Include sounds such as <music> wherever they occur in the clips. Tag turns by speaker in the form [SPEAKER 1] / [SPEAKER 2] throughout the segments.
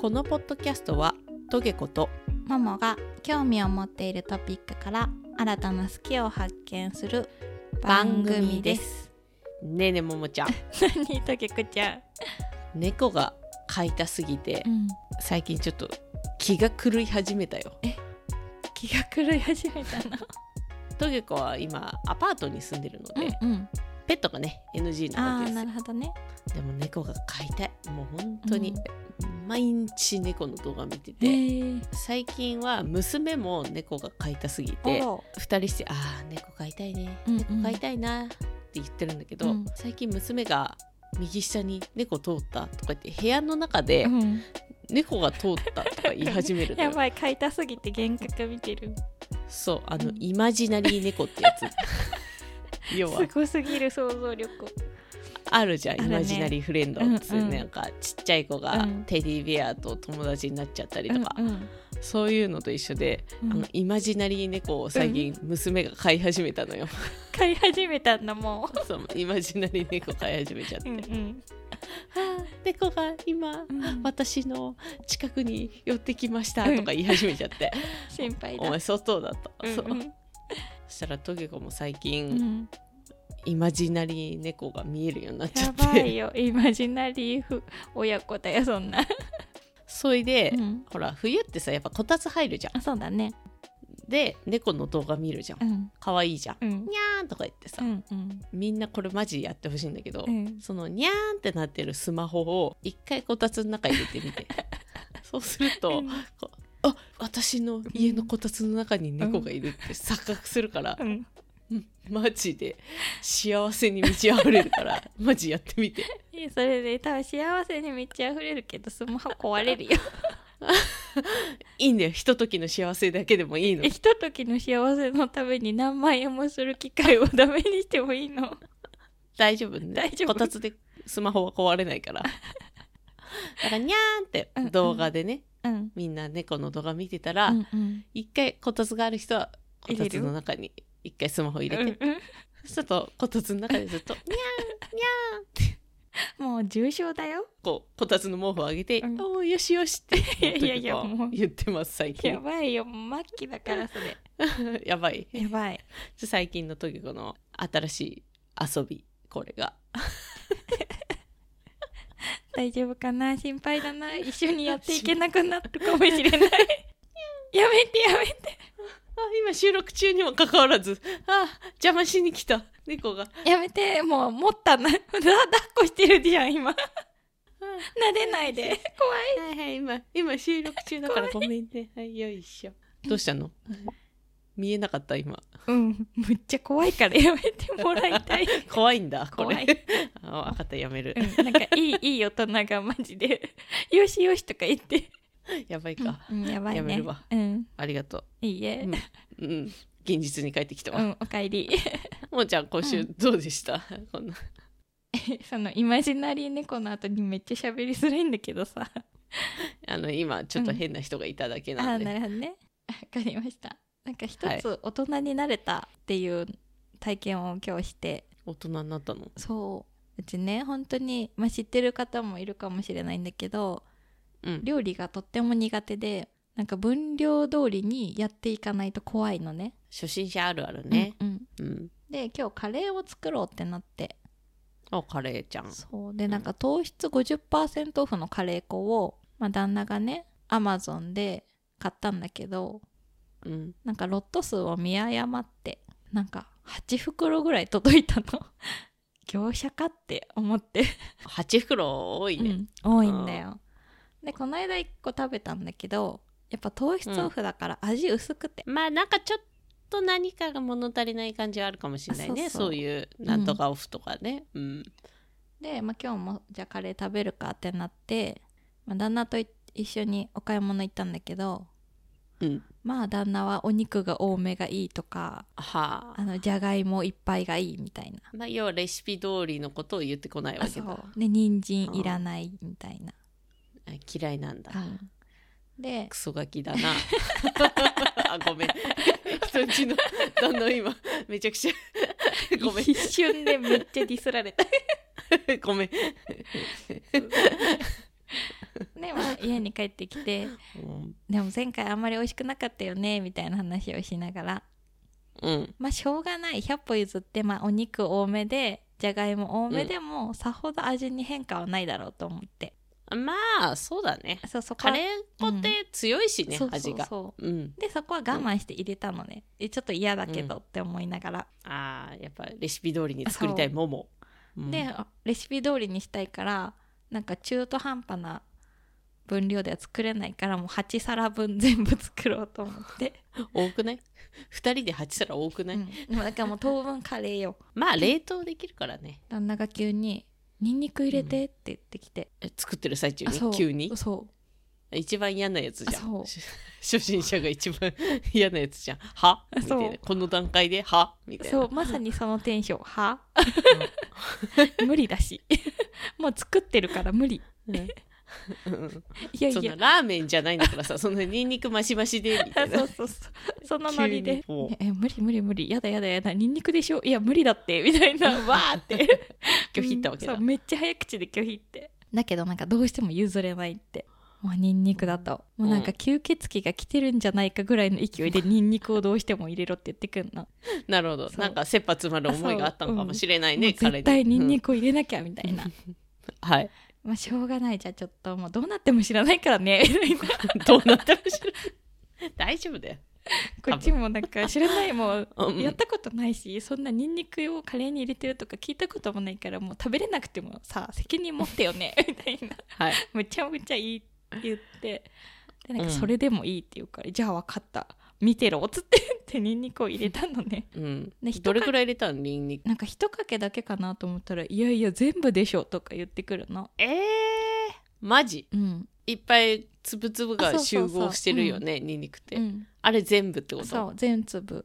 [SPEAKER 1] このポッドキャストはトゲこと
[SPEAKER 2] ももが興味を持っているトピックから新たな好きを発見する番組です。
[SPEAKER 1] ねえねえもも
[SPEAKER 2] <laughs>
[SPEAKER 1] ちゃん
[SPEAKER 2] 何とけくちゃん。
[SPEAKER 1] 猫が飼いたすぎて
[SPEAKER 2] うん、
[SPEAKER 1] 最近ちょっと気が狂い始めたよ
[SPEAKER 2] 気が狂い始めたな。
[SPEAKER 1] トゲ子は今アパートに住んでるので、
[SPEAKER 2] うんうん。
[SPEAKER 1] ペットがね NG な
[SPEAKER 2] あ
[SPEAKER 1] わ
[SPEAKER 2] あ
[SPEAKER 1] け
[SPEAKER 2] な
[SPEAKER 1] で
[SPEAKER 2] るほどね。
[SPEAKER 1] すでも猫が飼いたいもう本当に、毎日猫の動画見てて、
[SPEAKER 2] え。
[SPEAKER 1] 最近は娘も猫が飼いたすぎ
[SPEAKER 2] あ
[SPEAKER 1] て
[SPEAKER 2] ら
[SPEAKER 1] 2人して「あー猫飼いたいね
[SPEAKER 2] うんうん
[SPEAKER 1] 猫飼いたいな」って言ってるんだけど、
[SPEAKER 2] うん
[SPEAKER 1] 最近娘が「右下に猫通った」とか言って部屋の中で
[SPEAKER 2] うん、
[SPEAKER 1] 「猫が通った」とか言い始めるの
[SPEAKER 2] <laughs> や
[SPEAKER 1] よ
[SPEAKER 2] ばい買いたすぎて幻覚見てる
[SPEAKER 1] そうあの
[SPEAKER 2] うん
[SPEAKER 1] イマジナリー猫ってや
[SPEAKER 2] <laughs>
[SPEAKER 1] つ要は
[SPEAKER 2] すごすぎる想像力
[SPEAKER 1] あるじゃん、
[SPEAKER 2] ある
[SPEAKER 1] イ
[SPEAKER 2] ね
[SPEAKER 1] マジナリーフレンドっつって、
[SPEAKER 2] うんうん
[SPEAKER 1] なんかちっちゃい子が
[SPEAKER 2] うん
[SPEAKER 1] テディベアと友達になっちゃったりとか、
[SPEAKER 2] うんうん
[SPEAKER 1] そういうのと一緒で、
[SPEAKER 2] うん
[SPEAKER 1] あのイマジナリー猫を最近娘が飼い始めたのよ、 <laughs>
[SPEAKER 2] 買い始めたんだも
[SPEAKER 1] そうイマジナリー猫飼い始めちゃっ
[SPEAKER 2] う、
[SPEAKER 1] て、
[SPEAKER 2] うん <laughs> うん
[SPEAKER 1] 猫が今、
[SPEAKER 2] <laughs> うん
[SPEAKER 1] 私の近くに寄ってきましたとか言い始めちゃ
[SPEAKER 2] <laughs>
[SPEAKER 1] って、
[SPEAKER 2] 心配だ
[SPEAKER 1] お前外だと、
[SPEAKER 2] うん
[SPEAKER 1] そう
[SPEAKER 2] う
[SPEAKER 1] そ
[SPEAKER 2] ん
[SPEAKER 1] したらトゲ子も最
[SPEAKER 2] う
[SPEAKER 1] 近、
[SPEAKER 2] ん、
[SPEAKER 1] イマジナリー猫が見えるようになっちゃ
[SPEAKER 2] や
[SPEAKER 1] っ
[SPEAKER 2] ば
[SPEAKER 1] て
[SPEAKER 2] いよイマジナリーフ親子だよそんな、
[SPEAKER 1] それで、
[SPEAKER 2] うん、
[SPEAKER 1] ほら冬ってさやっぱこたつ入るじゃん
[SPEAKER 2] あそうだね
[SPEAKER 1] で猫の動画見るじゃん
[SPEAKER 2] うん
[SPEAKER 1] 可愛いじゃん
[SPEAKER 2] うん
[SPEAKER 1] にゃーんとか言ってさ、
[SPEAKER 2] うんうん
[SPEAKER 1] みんなこれマジやってほしいんだけど、
[SPEAKER 2] うん
[SPEAKER 1] そのにゃーんってなってるスマホを一回こたつの中に入れて
[SPEAKER 2] <laughs>
[SPEAKER 1] みてそうすると、こうあ私の家のこたつの中に猫がいるって錯覚するから
[SPEAKER 2] う、ん
[SPEAKER 1] うんマジで幸せに満ち溢れるからマジやってみて
[SPEAKER 2] いやそれで多分幸せに満ち溢れるけどスマホ壊れるよ
[SPEAKER 1] いいんだよひとときの幸せだけでもいいの
[SPEAKER 2] え <laughs> ひとときの幸せのために何万円もする機会をダメにしてもいいの
[SPEAKER 1] 大丈夫ね
[SPEAKER 2] <laughs> 大丈夫
[SPEAKER 1] こたつでスマホは壊れないから <laughs> だからにゃーんって動画でね、
[SPEAKER 2] うん
[SPEAKER 1] みんな猫の動画見てたら、
[SPEAKER 2] うんうん
[SPEAKER 1] 一回こたつがある人はこ
[SPEAKER 2] 入
[SPEAKER 1] た
[SPEAKER 2] れる
[SPEAKER 1] つの中に一回スマホ入れて、
[SPEAKER 2] うんうん
[SPEAKER 1] ちょっとこたつの中でずっとにゃー
[SPEAKER 2] もう重症だよ。
[SPEAKER 1] こうこたつの毛布を上げて「
[SPEAKER 2] うん
[SPEAKER 1] おーよしよし」って
[SPEAKER 2] いやいやもう
[SPEAKER 1] 言ってます最近
[SPEAKER 2] やばいよ、もう末期だからそれ。
[SPEAKER 1] <laughs> やばい
[SPEAKER 2] やばい。
[SPEAKER 1] 最近の時この新しい遊びこれが
[SPEAKER 2] 大丈夫かな心配だ <laughs> な。一緒にやっていけなくなるかもし <laughs> れない。やめてやめて。
[SPEAKER 1] あ今収録中にもかかわらずあ邪魔しに来た猫が
[SPEAKER 2] やめて。もう持ったな。だ <laughs> 抱っこしてるじゃん、今。 <laughs> 撫でないで。
[SPEAKER 1] はいはい今今収録中だからごめん
[SPEAKER 2] <laughs>
[SPEAKER 1] ねはいよいしょどうしたの見えなかった今
[SPEAKER 2] 怖い。うん。むっちゃ怖いからやめてもらいたい。
[SPEAKER 1] 怖いんだこ
[SPEAKER 2] <laughs> 怖
[SPEAKER 1] れ
[SPEAKER 2] い
[SPEAKER 1] <laughs> あ分かったやめる、
[SPEAKER 2] うん、なんかいい、いい大人がマジで、 <laughs> よしよしとか言って。
[SPEAKER 1] やばいか、
[SPEAKER 2] うん、やばいね。
[SPEAKER 1] やめるわ
[SPEAKER 2] うん。
[SPEAKER 1] ありがと
[SPEAKER 2] いいえ。
[SPEAKER 1] ううん現実に帰ってきた
[SPEAKER 2] う
[SPEAKER 1] わ、
[SPEAKER 2] ん、おかえり。 <laughs>
[SPEAKER 1] もーちゃん今
[SPEAKER 2] う
[SPEAKER 1] 週どうでした、こんな
[SPEAKER 2] そのイマジナリー猫の後にめっちゃ喋りづらいんだけどさ。
[SPEAKER 1] あの今ちょっと変な人がいただけ
[SPEAKER 2] あ
[SPEAKER 1] な
[SPEAKER 2] あ
[SPEAKER 1] んで、
[SPEAKER 2] なるほどね。わかりました。なんか一
[SPEAKER 1] はい
[SPEAKER 2] つ大人になれたっていう体験を今日して、
[SPEAKER 1] 大人になったの
[SPEAKER 2] そううちね本当にまあ知ってる方もいるかもしれないんだけど、
[SPEAKER 1] うん
[SPEAKER 2] 料理がとっても苦手で。なんか分量通りにやっていかないと怖いのね。
[SPEAKER 1] 初心者あるあるね、
[SPEAKER 2] うんうん
[SPEAKER 1] うん、
[SPEAKER 2] で今日カレーを作ろうってなって
[SPEAKER 1] あカレーちゃん
[SPEAKER 2] そうでなんか糖質50%オフのカレー粉を、まあ、旦那がねアマゾンで買ったんだけど
[SPEAKER 1] うん
[SPEAKER 2] なんかロット数を見誤ってなんか8袋ぐらい届いたの <laughs> 業者かって思って、
[SPEAKER 1] 8袋多いね、
[SPEAKER 2] うん多いんだよでこの間1個食べたんだけどやっぱ糖質オフだから味薄くて、
[SPEAKER 1] まあなんかちょっと何かが物足りない感じはあるかもしれないね
[SPEAKER 2] あ
[SPEAKER 1] そ
[SPEAKER 2] そううそう
[SPEAKER 1] いうなんとかオフとかねうん、
[SPEAKER 2] で、まあ、今日もじゃあカレー食べるかってなって、まあ、旦那とい一緒にお買い物行ったんだけど
[SPEAKER 1] うん、
[SPEAKER 2] まあ旦那はお肉が多めがいいとか
[SPEAKER 1] はあ
[SPEAKER 2] あのじゃがいもいっぱいがいいみたいな
[SPEAKER 1] まあ要はレシピ通りのことを言ってこないわ
[SPEAKER 2] あ
[SPEAKER 1] け
[SPEAKER 2] そ
[SPEAKER 1] だ
[SPEAKER 2] うで人参いらないみたいな、
[SPEAKER 1] あ嫌いなんだ、
[SPEAKER 2] うんで
[SPEAKER 1] クソガキだ
[SPEAKER 2] <laughs>
[SPEAKER 1] なあごめん人んちの旦那今めちゃくちゃごめん
[SPEAKER 2] 一瞬 <laughs> でめっちゃディスられた
[SPEAKER 1] ごめん
[SPEAKER 2] で、まあ、家に帰帰ってきて
[SPEAKER 1] うん
[SPEAKER 2] でも前回あんまり美味しくなかったよねみたいな話をしながら
[SPEAKER 1] うん
[SPEAKER 2] まあしょうがない100歩譲ってまあお肉多めでじゃがいも多めでも、さほど味に変化はないだろうと思って
[SPEAKER 1] まあそうだね
[SPEAKER 2] そうそこ
[SPEAKER 1] カ
[SPEAKER 2] は
[SPEAKER 1] レー粉って強いしね、
[SPEAKER 2] そうそう
[SPEAKER 1] 味が
[SPEAKER 2] そ
[SPEAKER 1] うん
[SPEAKER 2] うでそこは我慢して入れたのね、えちょっと嫌だけどって思いながら、
[SPEAKER 1] あーやっぱレシピ通りに作りたいもも、うん
[SPEAKER 2] であレシピ通りにしたいからなんか中途半端な分量では作れないからもう8皿分全部作ろうと思
[SPEAKER 1] <laughs>
[SPEAKER 2] って、
[SPEAKER 1] 多くない二人で8皿多くない、
[SPEAKER 2] うん、でもだからもう当分カレーよ
[SPEAKER 1] まあ冷凍できるからね
[SPEAKER 2] 旦那が急に「ニンニク入れて」って言ってきて、
[SPEAKER 1] え作ってる最中
[SPEAKER 2] あそう
[SPEAKER 1] に急に
[SPEAKER 2] そ
[SPEAKER 1] 一番嫌なやつじゃん
[SPEAKER 2] そう
[SPEAKER 1] 初 <laughs> 心者が一番嫌なやつじゃんはみたい
[SPEAKER 2] そう
[SPEAKER 1] なこの段階ではみ
[SPEAKER 2] う
[SPEAKER 1] たいな
[SPEAKER 2] そうまさにそのテンショ <laughs> ン「は <laughs> 無理だしもう作ってるから無理
[SPEAKER 1] うんうん
[SPEAKER 2] いや
[SPEAKER 1] そ
[SPEAKER 2] い
[SPEAKER 1] んな
[SPEAKER 2] や
[SPEAKER 1] ラーメンじゃないんだからさそんなにんにくマシマシでみた
[SPEAKER 2] あ
[SPEAKER 1] い
[SPEAKER 2] そ
[SPEAKER 1] な
[SPEAKER 2] うそうそうそのノリで
[SPEAKER 1] 急にもう
[SPEAKER 2] ねえ無理無理無理やだやだやだニンニクでしょいや無理だって <laughs> みたいなわーって
[SPEAKER 1] 拒否ったわけだ
[SPEAKER 2] うんそうめっちゃ早口で拒否ってだけどなんかどうしても譲れないってもうニンニクだともうなんか
[SPEAKER 1] う
[SPEAKER 2] 吸血鬼が来てるんじゃないかぐらいの勢いでニンニクをどうしても入れろって言ってくんの
[SPEAKER 1] <laughs> なるほど
[SPEAKER 2] そう
[SPEAKER 1] なんか切羽詰まる思いがあったのかもしれない
[SPEAKER 2] もう
[SPEAKER 1] ね、彼
[SPEAKER 2] 絶対ニンニクを入れなきゃみたいな、
[SPEAKER 1] はい
[SPEAKER 2] まあしょうがないじゃあちょっともうどうなっても知らないから <laughs> ねみたいな
[SPEAKER 1] どうなっても知らない大丈夫だよ
[SPEAKER 2] こっちもなんか知らないもう
[SPEAKER 1] うん
[SPEAKER 2] やったことないしそんなニンニクをカレーに入れてるとか聞いたこともないからもう食べれなくてもさ責任持ってよ <laughs> ねみたいな
[SPEAKER 1] はい
[SPEAKER 2] むちゃむちゃいいって言ってでなんか
[SPEAKER 1] うん
[SPEAKER 2] それでもいいって言うから、じゃあ分かった見てろっつって言ってニンニクを入れたのね
[SPEAKER 1] うん
[SPEAKER 2] ね人
[SPEAKER 1] どれくらい入れたのニンニク
[SPEAKER 2] なんか一かけだけかなと思ったらいやいや全部でしょとか言ってくるの
[SPEAKER 1] えー、マジ
[SPEAKER 2] うん、
[SPEAKER 1] いっぱいつぶつぶ
[SPEAKER 2] あそ
[SPEAKER 1] が
[SPEAKER 2] うそうそ
[SPEAKER 1] 集
[SPEAKER 2] う
[SPEAKER 1] 合してるよねニンニクって、
[SPEAKER 2] うん、
[SPEAKER 1] あれ全部ってこと
[SPEAKER 2] そう全粒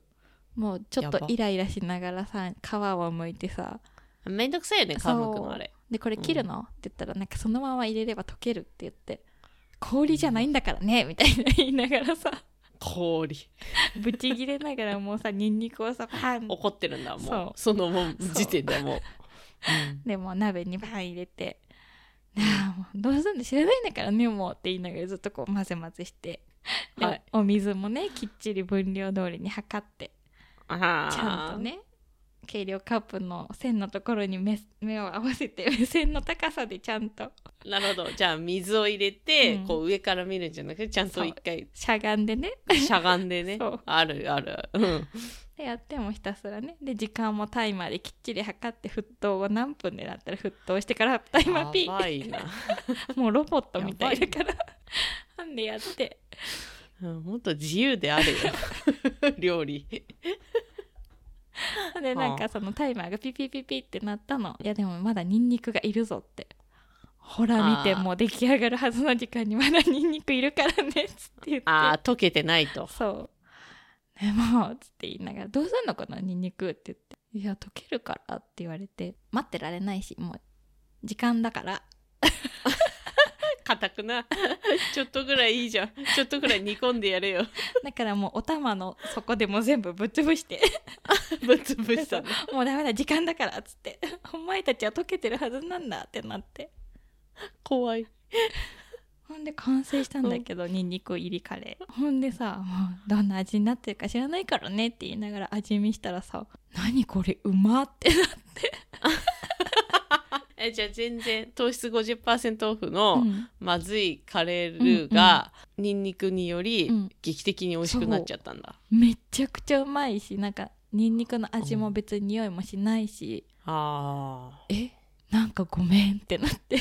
[SPEAKER 2] もうちょっ
[SPEAKER 1] や
[SPEAKER 2] と
[SPEAKER 1] ば
[SPEAKER 2] イライラしながらさ皮を剥いてさ
[SPEAKER 1] めんどくさいよね皮むくのあれ
[SPEAKER 2] でこれ切るの、って言ったらなんかそのまま入れれば溶けるって言って氷じゃないんだからね、みたいな言いなが <laughs> らさ
[SPEAKER 1] 氷
[SPEAKER 2] ブチ切れながらもうさニンニクをさパン
[SPEAKER 1] 怒ってるんだもうそ
[SPEAKER 2] そ
[SPEAKER 1] のもう時点でもう、
[SPEAKER 2] でもう鍋にパン入れて「なあもうどうすんの知らないんだからねもう」って言いながらずっとこう混ぜ混ぜして、で
[SPEAKER 1] はい
[SPEAKER 2] お水もねきっちり分量通りに測って
[SPEAKER 1] うん、あー
[SPEAKER 2] ちゃんとね計量カップの線のところに目目を合わせて <laughs> 目線の高さでちゃんと
[SPEAKER 1] なるほどじゃあ水を入れて、
[SPEAKER 2] うん
[SPEAKER 1] こう上から見るんじゃなくてちゃんと一回
[SPEAKER 2] しゃがんでね
[SPEAKER 1] しゃがんでね
[SPEAKER 2] そう
[SPEAKER 1] あるあるうん
[SPEAKER 2] でやってもひたすらねで時間もタイマーできっちり測って沸騰を何分でなったら沸騰してからタイマーピ
[SPEAKER 1] やば
[SPEAKER 2] ー
[SPEAKER 1] いな、
[SPEAKER 2] もうロボットみたいだから <laughs> なんでやって
[SPEAKER 1] うん、もっと自由であるよ <laughs> 料理
[SPEAKER 2] でなんかそのタイマーがピピピピってなったのいやでもまだニンニクがいるぞってほら見て
[SPEAKER 1] あー
[SPEAKER 2] もう出来上がるはずの時間にまだニンニクいるからねっつって言って
[SPEAKER 1] あー溶けてないと
[SPEAKER 2] そう。ね、もう、つって言いながら、どうすんのかな、ニンニクって言って。いや、溶けるからって言われて、待ってられないし、もう、時間だから。
[SPEAKER 1] <laughs> 硬くな <laughs> ちょっとぐらいいいじゃんちょっとぐらい煮込んでやれよ <laughs>
[SPEAKER 2] だからもう、お玉の底でも全部ぶっ潰して、
[SPEAKER 1] ぶっ潰した
[SPEAKER 2] <laughs>
[SPEAKER 1] の
[SPEAKER 2] もうダメだ、時間だから、つって。お前たちは溶けてるはずなんだってなって。
[SPEAKER 1] 怖い
[SPEAKER 2] ほんで完成したんだけど、ニンニク入りカレー。ほんでさ、もうどんな味になってるか知らないからねって言いながら味見したらさ、何これうまって。
[SPEAKER 1] えじゃあ全然糖質50%オフ
[SPEAKER 2] う
[SPEAKER 1] の
[SPEAKER 2] ん
[SPEAKER 1] まずいカレールーがニンニクにより
[SPEAKER 2] うん
[SPEAKER 1] 劇的に美味しくなっちゃったんだ、
[SPEAKER 2] めちゃくちゃうまいしなんかニンニクの味も別に匂いもしないし、
[SPEAKER 1] ああ
[SPEAKER 2] えなんかごめんってな <laughs> って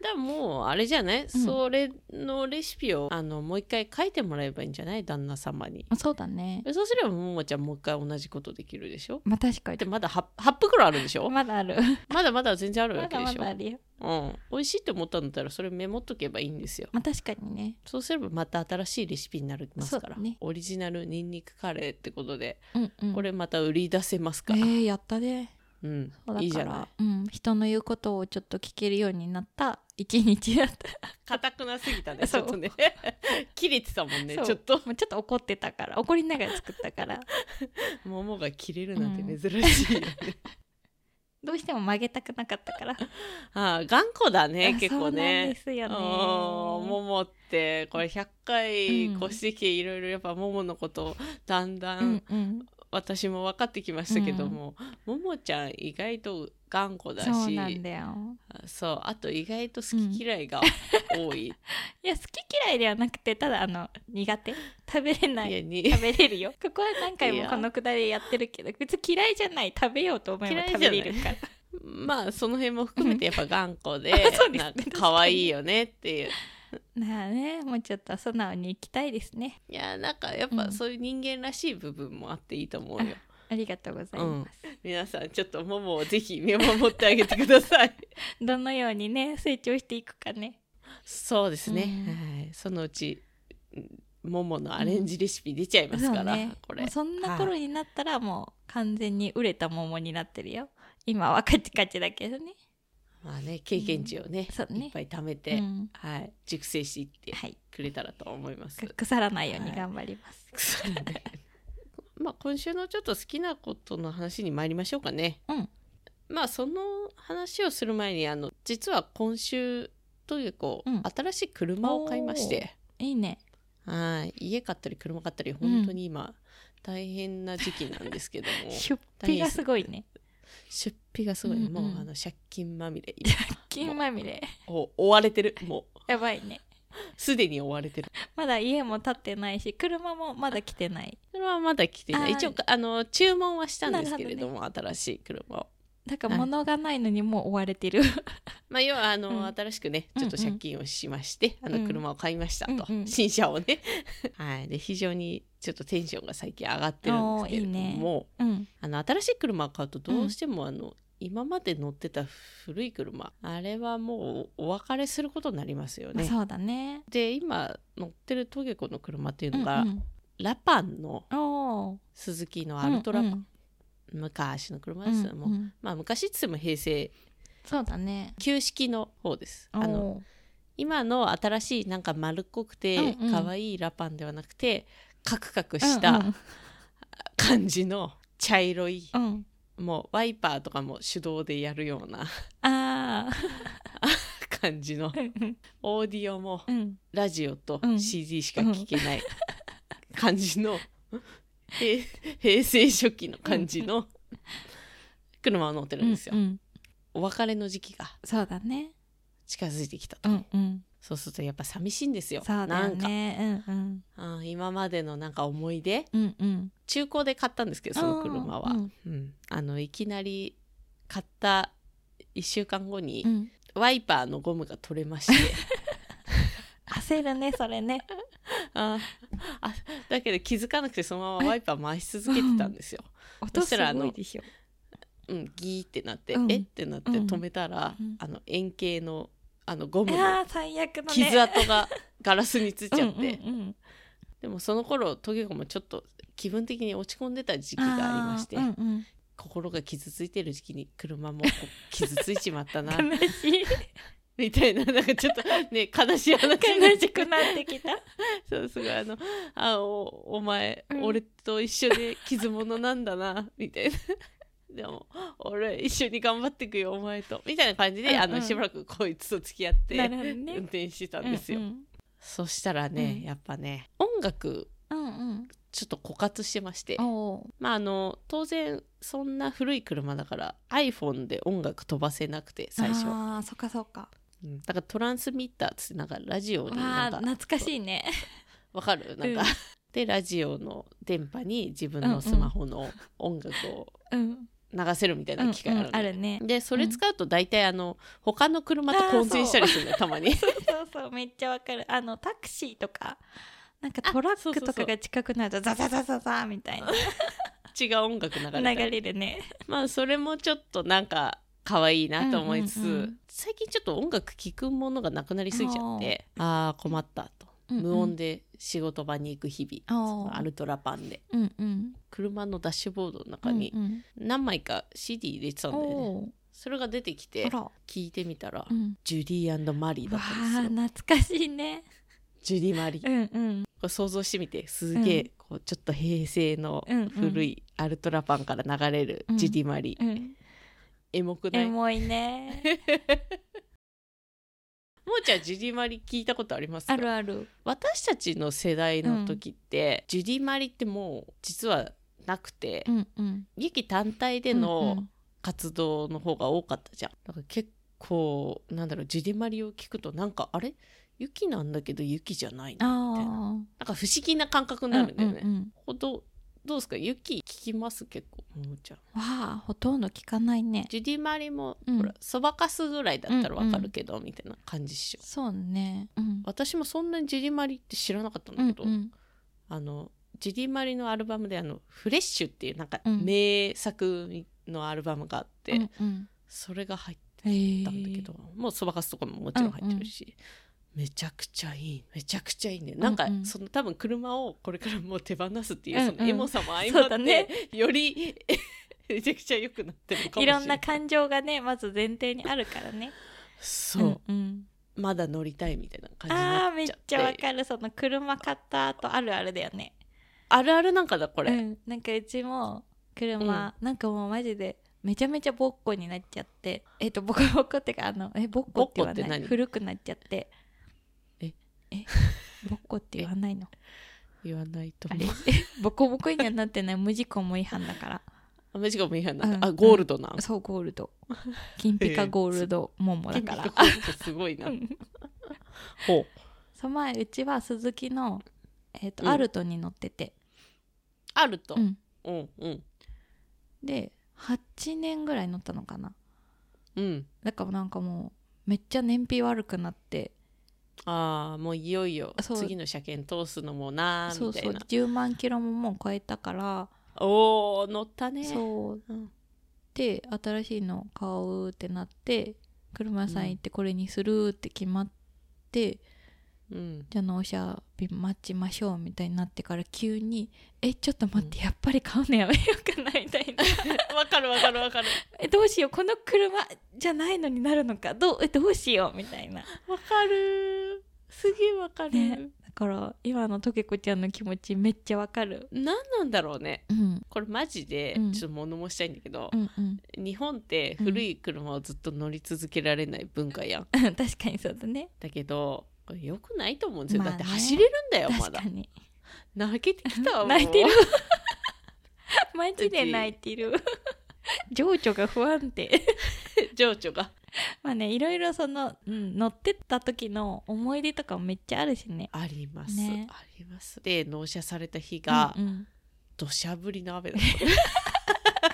[SPEAKER 1] だもうあれじゃない、それのレシピをあのもう一回書いてもらえばいいんじゃない旦那様に
[SPEAKER 2] そうだね
[SPEAKER 1] そうすればももちゃんもう一回同じことできるでしょ
[SPEAKER 2] まあ確か
[SPEAKER 1] で
[SPEAKER 2] に
[SPEAKER 1] まだ 8, 8袋あるでしょ
[SPEAKER 2] まだある
[SPEAKER 1] まだまだ全然あるわ
[SPEAKER 2] ま
[SPEAKER 1] け
[SPEAKER 2] だ
[SPEAKER 1] で
[SPEAKER 2] ま
[SPEAKER 1] しょ
[SPEAKER 2] だあるよ
[SPEAKER 1] うん、美味しいって思ったんだったらそれメモっとけばいいんですよ
[SPEAKER 2] まあ確かにね
[SPEAKER 1] そうすればまた新しいレシピになりますから、
[SPEAKER 2] そうね
[SPEAKER 1] オリジナルニンニクカレーってことで
[SPEAKER 2] うんうん
[SPEAKER 1] これまた売り出せます
[SPEAKER 2] え
[SPEAKER 1] から、
[SPEAKER 2] ー、やったね
[SPEAKER 1] うん
[SPEAKER 2] そうだから
[SPEAKER 1] いいじゃない
[SPEAKER 2] うん、人の言うことをちょっと聞けるようになった一日だった
[SPEAKER 1] 硬くなすぎた
[SPEAKER 2] そう
[SPEAKER 1] ね
[SPEAKER 2] <laughs>
[SPEAKER 1] 切れてたもん
[SPEAKER 2] そう
[SPEAKER 1] と
[SPEAKER 2] <laughs> もうちょっと怒ってたから怒りながら作ったから
[SPEAKER 1] 桃が切れるなんて珍しいよね、
[SPEAKER 2] <laughs> どうしても曲げたくなかった <laughs> から
[SPEAKER 1] ああ頑固だね
[SPEAKER 2] あ
[SPEAKER 1] 結
[SPEAKER 2] そうな
[SPEAKER 1] 構
[SPEAKER 2] んで
[SPEAKER 1] ね。
[SPEAKER 2] すよね
[SPEAKER 1] うんももってこれ100回越してきていろいろやっぱもものことだんだ
[SPEAKER 2] うんんうん
[SPEAKER 1] 私も分かってきましたけども、ももちゃん意外と頑固だし
[SPEAKER 2] そうなんだよ
[SPEAKER 1] あそうあと意外と好き嫌いが多
[SPEAKER 2] <laughs>
[SPEAKER 1] い、
[SPEAKER 2] いや好き嫌いではなくてただあの苦手食べれない
[SPEAKER 1] 家に
[SPEAKER 2] <laughs> 食べれるよここは何回
[SPEAKER 1] い
[SPEAKER 2] も
[SPEAKER 1] や
[SPEAKER 2] このくだりやってるけど別に嫌いじゃない食べようと思えば
[SPEAKER 1] 嫌い
[SPEAKER 2] 食
[SPEAKER 1] じゃ
[SPEAKER 2] べ
[SPEAKER 1] ない
[SPEAKER 2] れるから
[SPEAKER 1] まあその辺も含めてやっぱ頑固で
[SPEAKER 2] あ <laughs> そうですね
[SPEAKER 1] なん
[SPEAKER 2] 確か
[SPEAKER 1] か
[SPEAKER 2] に
[SPEAKER 1] 可愛いよねっていう
[SPEAKER 2] なあねもうちょっと素直に行きたいですね
[SPEAKER 1] いやなんかやっ
[SPEAKER 2] う
[SPEAKER 1] ぱ
[SPEAKER 2] ん
[SPEAKER 1] そういう人間らしい部分もあっていいと思うよ、
[SPEAKER 2] ありがとうございます、
[SPEAKER 1] 皆さんちょっとももをぜひ見守ってあげてくださ
[SPEAKER 2] <laughs>
[SPEAKER 1] い
[SPEAKER 2] どのようにね成長していくかね
[SPEAKER 1] そうですね、
[SPEAKER 2] うん
[SPEAKER 1] はいそのうちもものアレンジレシピ出ちゃいますから、
[SPEAKER 2] そうね
[SPEAKER 1] こ
[SPEAKER 2] も
[SPEAKER 1] れ
[SPEAKER 2] うそんな頃になったらもう完全に熟れた桃になってるよ今はカチカチだけどね
[SPEAKER 1] まあね経験値をね,、
[SPEAKER 2] うんそうね
[SPEAKER 1] いっぱい貯めて、
[SPEAKER 2] うん
[SPEAKER 1] はい、熟成していって
[SPEAKER 2] はい
[SPEAKER 1] くれたらと思います。
[SPEAKER 2] 腐らないように頑張ります、
[SPEAKER 1] <laughs> まあ今週のちょっと好きなことの話に参りましょうかね。
[SPEAKER 2] うん
[SPEAKER 1] まあその話をする前にあの実は今週というこう、
[SPEAKER 2] うん
[SPEAKER 1] 新しい車を買いまして
[SPEAKER 2] い、いね
[SPEAKER 1] はい家買ったり車買ったり本当に今大変な時期なんですけども、
[SPEAKER 2] <laughs> 出費がすごいね
[SPEAKER 1] 出費がすごい、
[SPEAKER 2] うんうん
[SPEAKER 1] もうあの借金まみれ今
[SPEAKER 2] <laughs> 金まみれ
[SPEAKER 1] お追われてるもう
[SPEAKER 2] やばいね
[SPEAKER 1] すでに追われてる
[SPEAKER 2] まだ家も建ってないし車もまだ来てない
[SPEAKER 1] それはまだ来てない
[SPEAKER 2] あー
[SPEAKER 1] 一応あの注文はしたんですけれども新しい車を
[SPEAKER 2] だから
[SPEAKER 1] はい
[SPEAKER 2] 物がないのにもう追われてる
[SPEAKER 1] まあ、要はあの、
[SPEAKER 2] うん
[SPEAKER 1] 新しくね
[SPEAKER 2] うん
[SPEAKER 1] ちょっと借金をしまして、
[SPEAKER 2] ん
[SPEAKER 1] あの車を買いましたと、
[SPEAKER 2] うんうん
[SPEAKER 1] 新車をねはいで非常にちょっとテンションが最近上がってるんですけれど
[SPEAKER 2] おーいい
[SPEAKER 1] も
[SPEAKER 2] <laughs> うん
[SPEAKER 1] あの新しい車を買うとどうしても、あの今まで乗ってた古い車あれはもうお別れすることになりますよ
[SPEAKER 2] まあ
[SPEAKER 1] ね。
[SPEAKER 2] そうだね
[SPEAKER 1] で今乗ってるトゲコの車っていうのが、
[SPEAKER 2] うんうん
[SPEAKER 1] ラパンの
[SPEAKER 2] おー
[SPEAKER 1] スズキのアルトラ、
[SPEAKER 2] うんうん
[SPEAKER 1] 昔の車です、
[SPEAKER 2] うん
[SPEAKER 1] もう
[SPEAKER 2] うん
[SPEAKER 1] まあ昔っつっても平成
[SPEAKER 2] そうだね
[SPEAKER 1] 旧式の方です。あの
[SPEAKER 2] おー
[SPEAKER 1] 今の新しいなんか丸っこくて
[SPEAKER 2] うんうん
[SPEAKER 1] 可愛いラパンではなくて、カクカク
[SPEAKER 2] うんうん
[SPEAKER 1] した感じの茶色い、
[SPEAKER 2] うん
[SPEAKER 1] もうワイパーとかも手動でやるような <laughs>
[SPEAKER 2] ああ
[SPEAKER 1] 感じのオーディオも
[SPEAKER 2] <laughs> うん
[SPEAKER 1] ラジオと
[SPEAKER 2] うん
[SPEAKER 1] CD しか聞けない <laughs> 感じの、へ平成初期の感じの車を乗ってるんですよ、
[SPEAKER 2] うんうん
[SPEAKER 1] お別れの時期が
[SPEAKER 2] そうだね
[SPEAKER 1] 近づいてきたと、
[SPEAKER 2] うんうん
[SPEAKER 1] そうするとやっぱ寂しいんですよ
[SPEAKER 2] そうだ
[SPEAKER 1] な
[SPEAKER 2] よ
[SPEAKER 1] んか、
[SPEAKER 2] ねうんうん
[SPEAKER 1] うん今までのなんか思い出
[SPEAKER 2] うんうん
[SPEAKER 1] 中古で買ったんですけどその車は、
[SPEAKER 2] う
[SPEAKER 1] うんんあのいきなり買った1週間後
[SPEAKER 2] う
[SPEAKER 1] に
[SPEAKER 2] ん
[SPEAKER 1] ワイパーのゴムが取れまして
[SPEAKER 2] <laughs> 焦るねそれね
[SPEAKER 1] ああだけど気づかなくてそのままワイパー回し続けてたんですよ、
[SPEAKER 2] 音
[SPEAKER 1] そし
[SPEAKER 2] す
[SPEAKER 1] たらあの
[SPEAKER 2] ごいでしょ
[SPEAKER 1] うん、ギーってなって、
[SPEAKER 2] うん
[SPEAKER 1] えってなって
[SPEAKER 2] うん
[SPEAKER 1] 止めたら、
[SPEAKER 2] うん
[SPEAKER 1] あの円形のあのゴムの
[SPEAKER 2] あー最悪のね
[SPEAKER 1] 傷跡がガラスについちゃって、
[SPEAKER 2] うんうんうん
[SPEAKER 1] でもその頃トゲ子もちょっと気分的に落ち込んでた時期がありまして、
[SPEAKER 2] あーうんうん
[SPEAKER 1] 心が傷ついてる時期に車もこ
[SPEAKER 2] <laughs>
[SPEAKER 1] う傷ついちまったな
[SPEAKER 2] 悲しい
[SPEAKER 1] みたいな、なんかちょっとね、悲しい
[SPEAKER 2] <laughs>
[SPEAKER 1] 話になっち
[SPEAKER 2] 悲
[SPEAKER 1] ゃ
[SPEAKER 2] し
[SPEAKER 1] う
[SPEAKER 2] くなってきた
[SPEAKER 1] そう、すごいあの、あ、お、お前、
[SPEAKER 2] うん
[SPEAKER 1] 俺と一緒で傷物なんだな、みたいな。でも、俺一緒に頑張ってくよ、お前と。みたいな感じで、
[SPEAKER 2] うんうん
[SPEAKER 1] あの、しばらくこいつと付き合って、
[SPEAKER 2] なるほど
[SPEAKER 1] 運
[SPEAKER 2] ね
[SPEAKER 1] 転してたんですよ。
[SPEAKER 2] うんうん
[SPEAKER 1] そしたらね、
[SPEAKER 2] うん
[SPEAKER 1] やっぱね、音楽、
[SPEAKER 2] うん
[SPEAKER 1] ちょっと枯渇してまして
[SPEAKER 2] うん。お
[SPEAKER 1] まあ、あの、当然、そんな古い車だから、iPhone で音楽飛ばせなくて、最初。
[SPEAKER 2] ああそっかそっか
[SPEAKER 1] うんだからトランスミッターっつって、なんかラジオにな
[SPEAKER 2] わあ
[SPEAKER 1] んか、
[SPEAKER 2] 懐かしいね
[SPEAKER 1] わかるなんか、
[SPEAKER 2] うん
[SPEAKER 1] <laughs> でラジオの電波に自分のスマホの音楽を
[SPEAKER 2] うん
[SPEAKER 1] 流せるみたいな機会ある,、
[SPEAKER 2] うんうんあるね
[SPEAKER 1] でそれ使うと大体あの他の車と混然したりするのたまに <laughs>
[SPEAKER 2] そうそうそうめっちゃわかるあのタクシーとかなんかトラ
[SPEAKER 1] そ
[SPEAKER 2] ッ
[SPEAKER 1] うそ
[SPEAKER 2] ク
[SPEAKER 1] うそう
[SPEAKER 2] とかが近くなるとザザザザザみたい
[SPEAKER 1] 違う音楽流れた
[SPEAKER 2] な
[SPEAKER 1] り
[SPEAKER 2] 流れるね
[SPEAKER 1] まあそれもちょっとなんか可愛いなと思いつつ、
[SPEAKER 2] うんうんうん
[SPEAKER 1] 最近ちょっと音楽聴くものがなくなりすぎちゃってあー困ったと、
[SPEAKER 2] うんうん
[SPEAKER 1] 無音で仕事場に行く日々
[SPEAKER 2] お
[SPEAKER 1] そ
[SPEAKER 2] ー
[SPEAKER 1] のアルトラパンで
[SPEAKER 2] うんうん
[SPEAKER 1] 車のダッシュボードの中に
[SPEAKER 2] うん
[SPEAKER 1] 何枚か CD 入れてた
[SPEAKER 2] うんん
[SPEAKER 1] だよね、
[SPEAKER 2] お
[SPEAKER 1] それが出てき
[SPEAKER 2] ーあ
[SPEAKER 1] て
[SPEAKER 2] ら
[SPEAKER 1] 聞いてみたら、
[SPEAKER 2] うん
[SPEAKER 1] ジュディーマリーだ
[SPEAKER 2] わ
[SPEAKER 1] った
[SPEAKER 2] あ
[SPEAKER 1] んですよ
[SPEAKER 2] 懐かしいね
[SPEAKER 1] ジュディ・マリー
[SPEAKER 2] う
[SPEAKER 1] こ
[SPEAKER 2] んうん
[SPEAKER 1] れ想像してみてすげえ、
[SPEAKER 2] うん
[SPEAKER 1] こうちょっと平成の
[SPEAKER 2] うんうん
[SPEAKER 1] 古いアルトラパンから流れる
[SPEAKER 2] うん
[SPEAKER 1] ジュディ・マリー、
[SPEAKER 2] うん
[SPEAKER 1] エモくな
[SPEAKER 2] エ
[SPEAKER 1] い <laughs> も
[SPEAKER 2] モいね
[SPEAKER 1] ーちゃんジュディマリ聞いたことありますか
[SPEAKER 2] あるある
[SPEAKER 1] 私たちの世代の時って、ジュディマリってもう実はなくて、
[SPEAKER 2] うんうん
[SPEAKER 1] 劇単体で
[SPEAKER 2] うんう
[SPEAKER 1] の
[SPEAKER 2] ん
[SPEAKER 1] 活動の方が多かったじゃん。だから結構なんだろうジュディマリを聞くとなんかあれ雪なんだけど雪じゃないなみたいな
[SPEAKER 2] あ
[SPEAKER 1] なんか不思議な感覚
[SPEAKER 2] あ
[SPEAKER 1] になるんだよね。
[SPEAKER 2] うんうんうん
[SPEAKER 1] ほどどうですか雪聞きます結構ももちゃん。
[SPEAKER 2] わあほとんど聞かないね
[SPEAKER 1] ジュディマリも、
[SPEAKER 2] うん
[SPEAKER 1] ほらそばかすぐらいだったらわかるけど、みたいな感じっしょ。
[SPEAKER 2] そうねうん
[SPEAKER 1] 私もそんなにジュディマリって知らなかったんだ
[SPEAKER 2] うん
[SPEAKER 1] けど、
[SPEAKER 2] うん
[SPEAKER 1] あのジュディ・マリのアルバムであの「フレッシュ」っていうなんか
[SPEAKER 2] うん
[SPEAKER 1] 名作のアルバムがあって、
[SPEAKER 2] うんうん
[SPEAKER 1] それが入って
[SPEAKER 2] へえ
[SPEAKER 1] たんだけど、もうそばかすとかももちろん入ってるし、めちゃくちゃいいめちゃくちゃいいねなんか、
[SPEAKER 2] うんうん
[SPEAKER 1] その多分車をこれからもう手放すっていう、
[SPEAKER 2] うんうん
[SPEAKER 1] そのエモさも相
[SPEAKER 2] そ
[SPEAKER 1] ま
[SPEAKER 2] う
[SPEAKER 1] っ
[SPEAKER 2] だ
[SPEAKER 1] て、
[SPEAKER 2] ね
[SPEAKER 1] より <laughs> めちゃくちゃ良くなってるかもし
[SPEAKER 2] い
[SPEAKER 1] れな
[SPEAKER 2] ろ
[SPEAKER 1] い
[SPEAKER 2] んな感情がねまず前提にあるからね
[SPEAKER 1] そう、
[SPEAKER 2] うんうん
[SPEAKER 1] まだ乗りたいみたいな感じに
[SPEAKER 2] あ
[SPEAKER 1] な
[SPEAKER 2] ーめ
[SPEAKER 1] っ
[SPEAKER 2] っ
[SPEAKER 1] ちゃって
[SPEAKER 2] ちゃわかるその車買った後あるあるだよね
[SPEAKER 1] あるあるなんかだこ
[SPEAKER 2] う
[SPEAKER 1] れ、
[SPEAKER 2] んなんかうちも車、なんかもうマジでめちゃめちゃボッコになっちゃってえっ、とボコボコってかあのえボッコって言
[SPEAKER 1] ボ
[SPEAKER 2] わ
[SPEAKER 1] ッコって
[SPEAKER 2] ない
[SPEAKER 1] 何
[SPEAKER 2] 古くなっちゃって
[SPEAKER 1] え
[SPEAKER 2] えボッコって言わないの
[SPEAKER 1] 言わないと
[SPEAKER 2] あ
[SPEAKER 1] 思
[SPEAKER 2] れ <laughs>
[SPEAKER 1] う
[SPEAKER 2] ボコボコにはなってない無事故も違反だから
[SPEAKER 1] あマジかも違反なんだ、
[SPEAKER 2] うん
[SPEAKER 1] あゴールドな、
[SPEAKER 2] そうゴールド金ピカゴー
[SPEAKER 1] <laughs>
[SPEAKER 2] ルドモモだから、
[SPEAKER 1] すごいな
[SPEAKER 2] う。ん
[SPEAKER 1] <laughs> ほう。
[SPEAKER 2] その前うちはスズキの、えっと
[SPEAKER 1] うん
[SPEAKER 2] アルトに乗ってて、
[SPEAKER 1] あると。
[SPEAKER 2] うん
[SPEAKER 1] うんうん
[SPEAKER 2] で8年ぐらい乗ったのかな
[SPEAKER 1] うん。
[SPEAKER 2] だからなんかもうめっちゃ燃費悪くなって
[SPEAKER 1] ああもういよいよ
[SPEAKER 2] そう
[SPEAKER 1] 次の車検通すのもなー
[SPEAKER 2] そ
[SPEAKER 1] み
[SPEAKER 2] う
[SPEAKER 1] た
[SPEAKER 2] そ
[SPEAKER 1] いうな。
[SPEAKER 2] 10万キロももう超えたから、
[SPEAKER 1] おお乗ったね。
[SPEAKER 2] そう
[SPEAKER 1] うん。
[SPEAKER 2] で新しいの買うってなって車屋さん行ってこれにするって決まって、 <laughs>
[SPEAKER 1] うん。
[SPEAKER 2] じゃあ納車日待ちましょうみたいになってから急に「えちょっと待って、やっぱり買うのやめようかな」みたいな <laughs>
[SPEAKER 1] わかるわかるわかる。
[SPEAKER 2] 「えどうしようこの車じゃないのになるのかどうえどうしよう」みたいな
[SPEAKER 1] わかるー。すげえわかるー。
[SPEAKER 2] ねだから今のとけこちゃんの気持ちめっちゃわかる
[SPEAKER 1] なんなんだろうね。
[SPEAKER 2] うん
[SPEAKER 1] これマジで
[SPEAKER 2] うん
[SPEAKER 1] ちょっと物申したいんだけど
[SPEAKER 2] う、んうん
[SPEAKER 1] 日本って古い車をずっと乗り続けられない文化やん。
[SPEAKER 2] <laughs> 確かにそうだね
[SPEAKER 1] だけど。これ良くないと思うんですよ、
[SPEAKER 2] まあね
[SPEAKER 1] だって走れるんだよま
[SPEAKER 2] 確
[SPEAKER 1] だ
[SPEAKER 2] か <laughs> に
[SPEAKER 1] 泣けてきたわもう
[SPEAKER 2] <laughs> 泣いてるマジで泣いてる <laughs> 情緒が不安定 <laughs>
[SPEAKER 1] 情緒が
[SPEAKER 2] まあねいろいろその、うん、乗ってった時の思い出とかもめっちゃあるしね
[SPEAKER 1] あります、
[SPEAKER 2] ね
[SPEAKER 1] ありますで納車された日が
[SPEAKER 2] うんうん
[SPEAKER 1] 土砂降りの雨だった、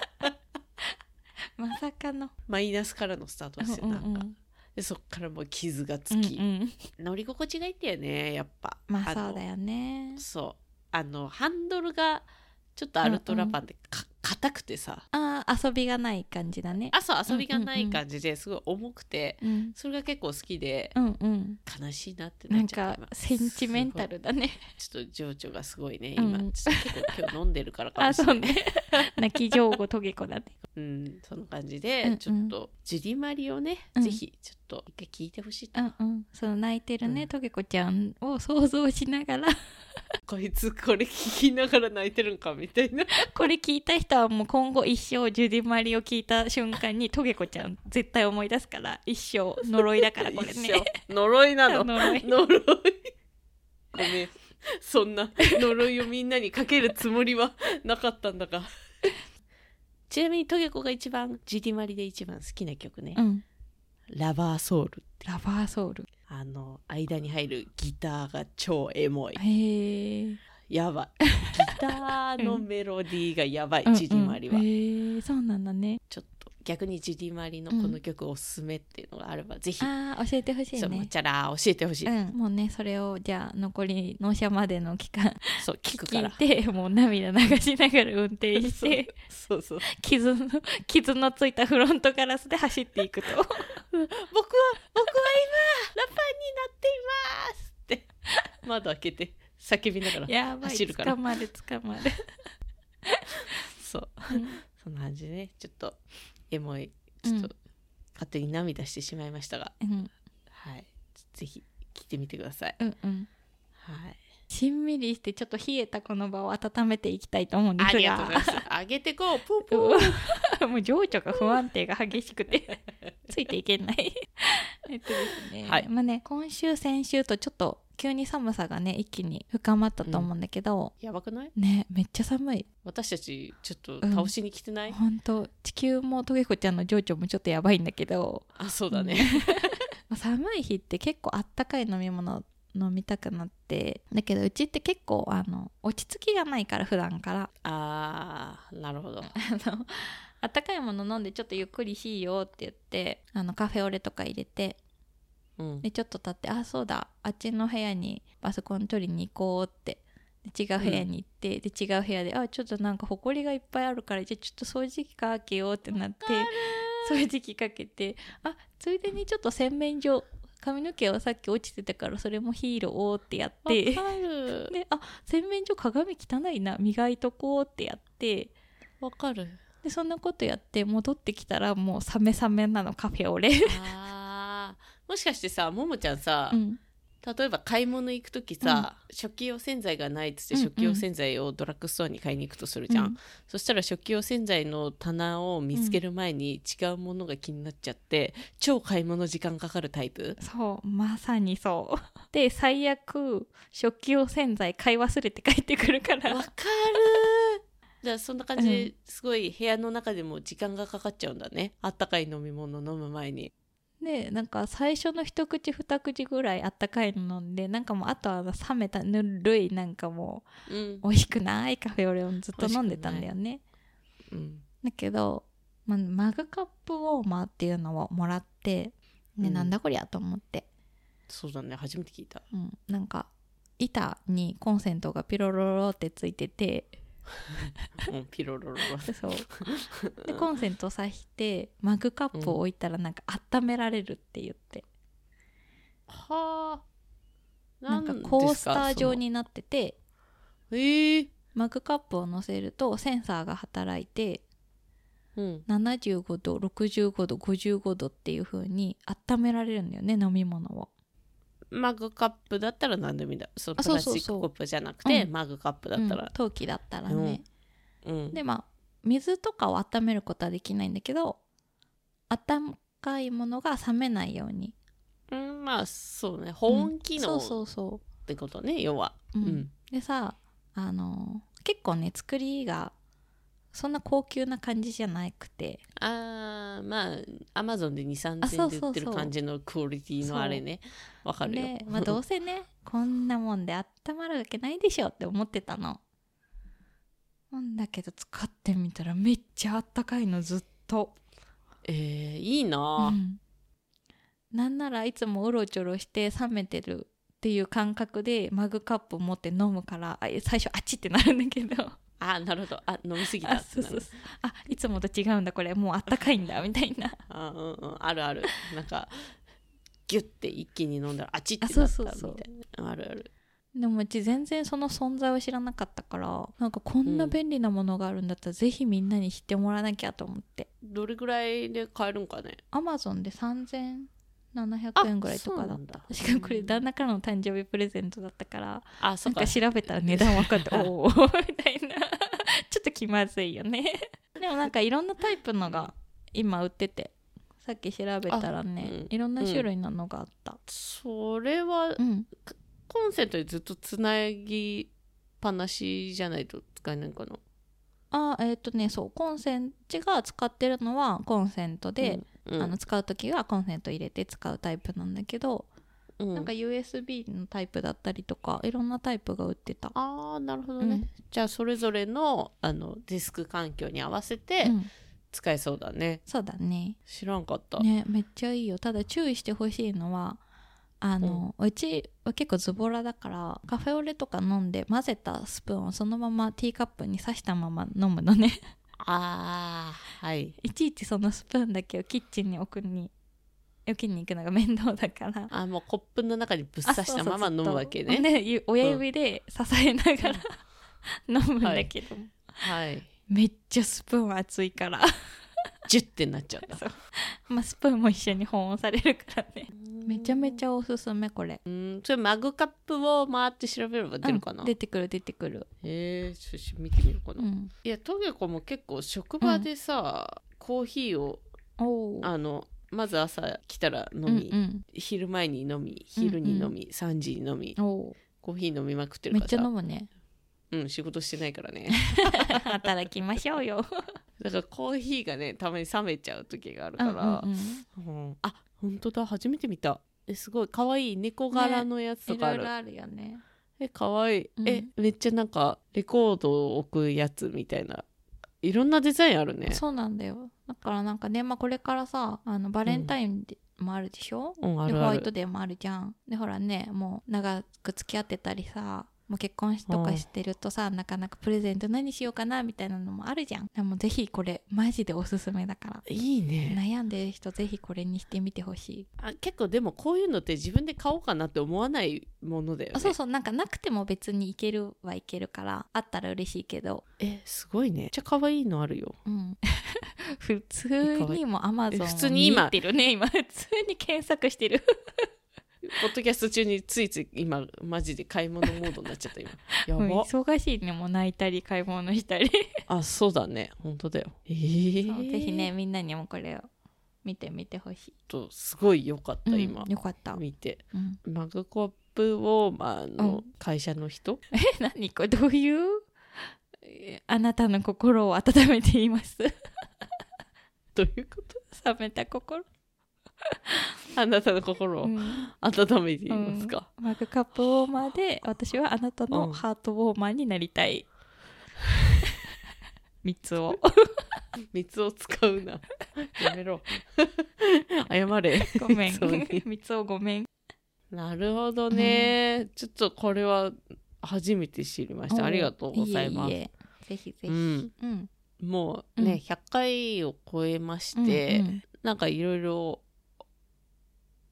[SPEAKER 2] まさかの
[SPEAKER 1] マイナスからのスタートですよなんか、
[SPEAKER 2] うんうんうん
[SPEAKER 1] でそっからもう傷がつき、
[SPEAKER 2] うんうん
[SPEAKER 1] 乗り心地がいいんだよねやっぱ
[SPEAKER 2] まあ
[SPEAKER 1] の
[SPEAKER 2] そうだよね
[SPEAKER 1] そうあのハンドルがちょっとアルトラパンでか硬、くてさ
[SPEAKER 2] あー遊びがない感じだね
[SPEAKER 1] 朝遊びがない感じですごい重くて、
[SPEAKER 2] うん
[SPEAKER 1] それが結構好きで
[SPEAKER 2] うんうん
[SPEAKER 1] 悲しいなって
[SPEAKER 2] な
[SPEAKER 1] なっ
[SPEAKER 2] ん
[SPEAKER 1] ちゃっ
[SPEAKER 2] か
[SPEAKER 1] た今
[SPEAKER 2] センチメンタルだね
[SPEAKER 1] すごいちょっと情緒がすごいね
[SPEAKER 2] うん
[SPEAKER 1] 今、ちょっと結構今日飲んでるからかも
[SPEAKER 2] <laughs> あ
[SPEAKER 1] しれな
[SPEAKER 2] そう
[SPEAKER 1] い
[SPEAKER 2] ね泣き上戸とげこだね
[SPEAKER 1] うん、その感じ
[SPEAKER 2] うんう
[SPEAKER 1] で
[SPEAKER 2] ん
[SPEAKER 1] ちょっとジュディマリをね、
[SPEAKER 2] うん
[SPEAKER 1] ぜひちょっと一回聞いてほしいと、
[SPEAKER 2] うんうんその泣いてる
[SPEAKER 1] う
[SPEAKER 2] ね
[SPEAKER 1] ん
[SPEAKER 2] とげこちゃんを想像しながら <laughs>
[SPEAKER 1] こいつこれ聞きながら泣いてるんかみたいな
[SPEAKER 2] これ聞いた人はもう今後一生ジュディマリを聞いた瞬間にとげこちゃん絶対思い出すから一生呪いだ <laughs> からこれ
[SPEAKER 1] 一緒
[SPEAKER 2] ね
[SPEAKER 1] <laughs> 呪いなの
[SPEAKER 2] 呪い
[SPEAKER 1] 呪いごめんそんな呪いをみんなにかけるつもりはなかったんだがちなみにトゲ子が一番ジュディマリで一番好きな曲ね「
[SPEAKER 2] うん
[SPEAKER 1] ラバーソウル」って
[SPEAKER 2] ラバーソウル
[SPEAKER 1] あの間に入るギターが超エモい
[SPEAKER 2] へえ
[SPEAKER 1] やばいギターのメロディーがやばい、ジュディマリは、
[SPEAKER 2] うんうんへえそうなんだね
[SPEAKER 1] ちょっと逆にジュディマリのこの曲おすすめっていうのがあれば、ぜひ
[SPEAKER 2] あー教えてほしい
[SPEAKER 1] そうも
[SPEAKER 2] ね
[SPEAKER 1] っちゃら教えてほしい、
[SPEAKER 2] うん、もうねそれをじゃあ残り納車までの期間
[SPEAKER 1] そう聞くか
[SPEAKER 2] 聞
[SPEAKER 1] ら
[SPEAKER 2] いてもう涙流しながら運転し
[SPEAKER 1] そう
[SPEAKER 2] て
[SPEAKER 1] <laughs> そうそう
[SPEAKER 2] 傷の傷のついたフロントガラスで走っ
[SPEAKER 1] <laughs>
[SPEAKER 2] ていくと
[SPEAKER 1] 僕は僕は今ラパンになっていますって窓開けて叫びながら
[SPEAKER 2] やばい
[SPEAKER 1] 走るから
[SPEAKER 2] 捕まる捕まる、
[SPEAKER 1] そう <laughs> そんな感じでねちょっとエモいちょっと、
[SPEAKER 2] うん
[SPEAKER 1] 勝手に涙してしまいましたが
[SPEAKER 2] うん、
[SPEAKER 1] はいぜひ聞いてみてください
[SPEAKER 2] うんうん
[SPEAKER 1] はい
[SPEAKER 2] しんみりしてちょっと冷えたこの場を温めていきたいと思うんで
[SPEAKER 1] あ
[SPEAKER 2] す
[SPEAKER 1] りがとうござい
[SPEAKER 2] が
[SPEAKER 1] ます。あげてこう、ポンポン。
[SPEAKER 2] も <laughs> う情緒が不安定が激しくてついていけない <laughs> えっとですね、
[SPEAKER 1] はい
[SPEAKER 2] まあね今週先週とちょっと急に寒さがね一気に深まったと思うんだけど、
[SPEAKER 1] やばくない
[SPEAKER 2] ねめっちゃ寒い
[SPEAKER 1] 私たち、ちょっと倒しに来てない、
[SPEAKER 2] ほんと地球もトゲ子ちゃんの情緒もちょっとやばいんだけど
[SPEAKER 1] あ、そうだね。
[SPEAKER 2] まあ寒い日って結構あったかい飲み物飲みたくなってだけどうちって結構あの落ち着きがないから普段から <laughs>
[SPEAKER 1] あー、なるほど。
[SPEAKER 2] あのあったかいもの飲んでちょっとゆっくりしいよって言ってあのカフェオレとか入れて
[SPEAKER 1] うん。
[SPEAKER 2] でちょっと経ってあそうだあっちの部屋にパソコン取りに行こうってで違う部屋に行って、で違う部屋であちょっとなんかほこりがいっぱいあるからじゃあちょっと掃除機かけようってなって掃除機かけてあついでにちょっと洗面所髪の毛はさっき落ちてたからそれもヒーローをってやって
[SPEAKER 1] わかる。
[SPEAKER 2] であ洗面所鏡汚いな磨いとこうってやって
[SPEAKER 1] わかる。
[SPEAKER 2] でそんなことやって戻ってきたらもうサメサメなのカフェオレ、
[SPEAKER 1] あーもしかしてさ、ももちゃんさ、
[SPEAKER 2] うん、
[SPEAKER 1] 例えば買い物行く時さ、食器用洗剤がないっつって
[SPEAKER 2] うんうん
[SPEAKER 1] 食器用洗剤をドラッグストアに買いに行くとするじゃん、
[SPEAKER 2] うん
[SPEAKER 1] そしたら食器用洗剤の棚を見つける前に違うものが気になっちゃって超買い物時間かかるタイプ
[SPEAKER 2] そうまさにそう <laughs> で最悪食器用洗剤買い忘れて帰ってくるか
[SPEAKER 1] わか
[SPEAKER 2] ら
[SPEAKER 1] るじゃあそんな感じで、
[SPEAKER 2] う
[SPEAKER 1] すごい部屋の中でも時間がかかっちゃうんだねあったかい飲み物飲む前に
[SPEAKER 2] でなんか最初の一口二口ぐらいあったかいの飲んでなんかもうあとは冷めたぬるいなんかも
[SPEAKER 1] うん
[SPEAKER 2] う、美味しくないカフェオレをずっと飲んでたんだよね
[SPEAKER 1] うん、
[SPEAKER 2] だけど、まあ、マグカップウォーマーっていうのをもらって、ね
[SPEAKER 1] うん
[SPEAKER 2] なんだこりゃと思って、
[SPEAKER 1] そうだね初めて聞いた
[SPEAKER 2] うん、なんか板にコンセントがピロロロってついてて
[SPEAKER 1] うんピロロロロ
[SPEAKER 2] そう
[SPEAKER 1] <laughs>
[SPEAKER 2] でコンセントさしてマグカップを置いたらなんか温められるって言って、
[SPEAKER 1] はあ
[SPEAKER 2] なんかコースター状になってて
[SPEAKER 1] ええ
[SPEAKER 2] マグカップを乗せるとセンサーが働いて
[SPEAKER 1] うん
[SPEAKER 2] 75度65度55度っていう風に温められるんだよね飲み物を
[SPEAKER 1] マグカップだったら何でもいいんだその
[SPEAKER 2] あ
[SPEAKER 1] プ
[SPEAKER 2] そう
[SPEAKER 1] ラスチ
[SPEAKER 2] そうそう
[SPEAKER 1] ックコップじゃなくて
[SPEAKER 2] うん
[SPEAKER 1] マグカップだった
[SPEAKER 2] うん
[SPEAKER 1] ら、
[SPEAKER 2] 陶器だったらね、
[SPEAKER 1] うん
[SPEAKER 2] でまあ水とかを温めることはできないんだけど温かいものが冷めないように
[SPEAKER 1] うんまあそうね保温機能
[SPEAKER 2] う
[SPEAKER 1] っ
[SPEAKER 2] んそうそうそ
[SPEAKER 1] てことね、要は、
[SPEAKER 2] う、
[SPEAKER 1] う
[SPEAKER 2] うんんでさあの結構ね作りがそんな高級な感じじゃなくて
[SPEAKER 1] あーまあアマゾンで2 3
[SPEAKER 2] あ
[SPEAKER 1] 千
[SPEAKER 2] そう
[SPEAKER 1] で
[SPEAKER 2] そう
[SPEAKER 1] 売
[SPEAKER 2] そう
[SPEAKER 1] ってる感じのクオリティのあれねわかるよ、
[SPEAKER 2] で、まあ、どうせねこんなもんで温まるわけないでしょって思ってたの。なんだけど使ってみたらめっちゃあったかいのずっと。
[SPEAKER 1] <laughs> えー、いいな
[SPEAKER 2] う
[SPEAKER 1] あ、
[SPEAKER 2] んなんならいつもうろちょろして冷めてるっていう感覚でマグカップ持って飲むからあ最初あっちってなるんだけど <laughs>
[SPEAKER 1] あなるほどあ飲みすぎた
[SPEAKER 2] あ
[SPEAKER 1] って
[SPEAKER 2] そう
[SPEAKER 1] な
[SPEAKER 2] そう
[SPEAKER 1] る
[SPEAKER 2] そうあいつもと違うんだこれもうあったかいんだみたいな。
[SPEAKER 1] あうんうんあるあるなんかギュッて一気に飲んだらあちってなった
[SPEAKER 2] あ
[SPEAKER 1] みたい
[SPEAKER 2] そ
[SPEAKER 1] うな
[SPEAKER 2] そうそう
[SPEAKER 1] あるある
[SPEAKER 2] でもうち全然その存在を知らなかったからなんかこんな便利なものがあるんだったらぜひみんなに知ってもらわなきゃと思って
[SPEAKER 1] どれぐらいで買えるんかね
[SPEAKER 2] アマゾンで3700円ぐらいとかだった
[SPEAKER 1] あそうなんだ
[SPEAKER 2] 確かにこれ旦那からの誕生日プレゼントだったから
[SPEAKER 1] あそっ
[SPEAKER 2] なん
[SPEAKER 1] か
[SPEAKER 2] か調べたら値段分かっておおみたいな <laughs> ちょっと気まずい
[SPEAKER 1] <laughs>
[SPEAKER 2] よねでもなんかいろんなタイプのが今売っててさっき調べたら
[SPEAKER 1] あうん
[SPEAKER 2] ねいろんな種類ののがあった
[SPEAKER 1] それは
[SPEAKER 2] うん
[SPEAKER 1] コンセントでずっとつなぎっぱなしじゃないと使えないかな
[SPEAKER 2] あえっ、とねそうコンセントが使ってるのはコンセントで、、
[SPEAKER 1] うん
[SPEAKER 2] あの使う時はコンセント入れて使うタイプなんだけど、
[SPEAKER 1] うん
[SPEAKER 2] なんか USB のタイプだったりとかいろんなタイプが売ってた。
[SPEAKER 1] ああなるほどね、
[SPEAKER 2] うん
[SPEAKER 1] じゃあそれぞれのあのディスク環境に合わせ
[SPEAKER 2] う
[SPEAKER 1] て
[SPEAKER 2] ん、
[SPEAKER 1] 使えそうだね、
[SPEAKER 2] そうだね
[SPEAKER 1] 知らんかった、
[SPEAKER 2] ねめっちゃいいよただ注意してほしいのはあの、うちは結構ズボラだからカフェオレとか飲んで混ぜたスプーンをそのままティーカップに刺したまま飲むのね <laughs>
[SPEAKER 1] ああはい
[SPEAKER 2] いちいちそのスプーンだけをキッチンに置くに置きに行くのが面倒だから
[SPEAKER 1] あもうコップの中にぶっ刺したまま飲むわけ
[SPEAKER 2] あそうそうずっ
[SPEAKER 1] ね
[SPEAKER 2] とねゆ親指で支えながら、飲むんだけど、
[SPEAKER 1] はい
[SPEAKER 2] めっちゃスプーン熱いから
[SPEAKER 1] ジュッてなっちゃった
[SPEAKER 2] そう <laughs> まあスプーンも一緒に保温されるからねめちゃめち
[SPEAKER 1] ゃ
[SPEAKER 2] ゃおすすめこれ
[SPEAKER 1] うんそれマグカップを回って調べれば出るかな、
[SPEAKER 2] うん
[SPEAKER 1] へ
[SPEAKER 2] 出てくる出てくる
[SPEAKER 1] えちょっと見てみようかな、
[SPEAKER 2] う
[SPEAKER 1] い
[SPEAKER 2] ん
[SPEAKER 1] やトゲ子も結構職場でさ、コーヒーを
[SPEAKER 2] おー
[SPEAKER 1] あのまず朝来たら飲
[SPEAKER 2] うん
[SPEAKER 1] み、昼前に飲み昼に飲み、3時に飲み
[SPEAKER 2] うんお
[SPEAKER 1] コーヒー飲みまくって
[SPEAKER 2] ー
[SPEAKER 1] る
[SPEAKER 2] め
[SPEAKER 1] から
[SPEAKER 2] っちゃ飲
[SPEAKER 1] さ
[SPEAKER 2] むね
[SPEAKER 1] うん仕事してないからね
[SPEAKER 2] <laughs> 働きましょう <laughs> よ
[SPEAKER 1] だからコーヒーがねたまに冷めちゃう時がある
[SPEAKER 2] う
[SPEAKER 1] か
[SPEAKER 2] ん
[SPEAKER 1] ら、
[SPEAKER 2] うんうん
[SPEAKER 1] うんあ本当だ初めて見たえすごい可愛い猫柄のやつと
[SPEAKER 2] い
[SPEAKER 1] かあ
[SPEAKER 2] ろい
[SPEAKER 1] る、
[SPEAKER 2] ろあるよね
[SPEAKER 1] え可愛い、
[SPEAKER 2] うん
[SPEAKER 1] えめっちゃなんかレコードを置くやつみたいないろんなデザインあるね
[SPEAKER 2] そうなんだよだからなんかね、まあ、これからさあのバレンタインでもあるでしょ、
[SPEAKER 1] うんあ
[SPEAKER 2] で
[SPEAKER 1] る
[SPEAKER 2] ホ
[SPEAKER 1] あ
[SPEAKER 2] ワイト
[SPEAKER 1] る
[SPEAKER 2] デーもあるじゃんでほらねもう長く付き合ってたりさもう結婚しとかしてるとさ、なかなかプレゼント何しようかなみたいなのもあるじゃんでもぜひこれマジでおすすめだから
[SPEAKER 1] いいね
[SPEAKER 2] 悩んでる人ぜひこれにしてみてほしい、
[SPEAKER 1] あ結構でもこういうのって自分で買おうかなって思わないものだよね
[SPEAKER 2] あそうそうなんかなくても別にいけるはいけるからあったら嬉しいけど
[SPEAKER 1] えすごいねめっちゃ可愛いのあるよ
[SPEAKER 2] うん <laughs> 普通にもアマゾン
[SPEAKER 1] 普通に今
[SPEAKER 2] ってるね今普通に検索してる
[SPEAKER 1] <laughs> ポッドキャスト中についつい今マジで買い物モードになっちゃった今 <laughs> や
[SPEAKER 2] うん
[SPEAKER 1] ば、
[SPEAKER 2] 忙しいねもう泣いたり買い物したり
[SPEAKER 1] あそうだね本当だよえ
[SPEAKER 2] そう
[SPEAKER 1] ー、
[SPEAKER 2] ぜひねみんなにもこれを見てみてほしい、
[SPEAKER 1] ちょっとすごい良かった、
[SPEAKER 2] うん
[SPEAKER 1] 今
[SPEAKER 2] よかった、
[SPEAKER 1] 見て
[SPEAKER 2] うん、
[SPEAKER 1] マグコップを、まあ、あ
[SPEAKER 2] う
[SPEAKER 1] の
[SPEAKER 2] ん
[SPEAKER 1] 会社の人、 <laughs>
[SPEAKER 2] え何これどういうえあなたの心を温めています <laughs>
[SPEAKER 1] どういうこと
[SPEAKER 2] 冷めた心、
[SPEAKER 1] あなたの心
[SPEAKER 2] う
[SPEAKER 1] を
[SPEAKER 2] ん
[SPEAKER 1] 温めていますか、
[SPEAKER 2] マグカップウォーマーで私はあなた
[SPEAKER 1] う
[SPEAKER 2] の
[SPEAKER 1] ん
[SPEAKER 2] ハートウォーマーになり
[SPEAKER 1] <laughs>
[SPEAKER 2] たい三つを
[SPEAKER 1] 水を使うなやめ <laughs> ろ謝れ
[SPEAKER 2] ご
[SPEAKER 1] <laughs>
[SPEAKER 2] めん
[SPEAKER 1] 三つ男に
[SPEAKER 2] <laughs> 三つをごめん
[SPEAKER 1] なるほどね、ちょっとこれは初めて知りましたありがとうございます
[SPEAKER 2] えええぜひぜひ、
[SPEAKER 1] う
[SPEAKER 2] うん
[SPEAKER 1] ん、もう
[SPEAKER 2] うん
[SPEAKER 1] ね、100回を超えまして、
[SPEAKER 2] うんうん
[SPEAKER 1] なんかいろいろ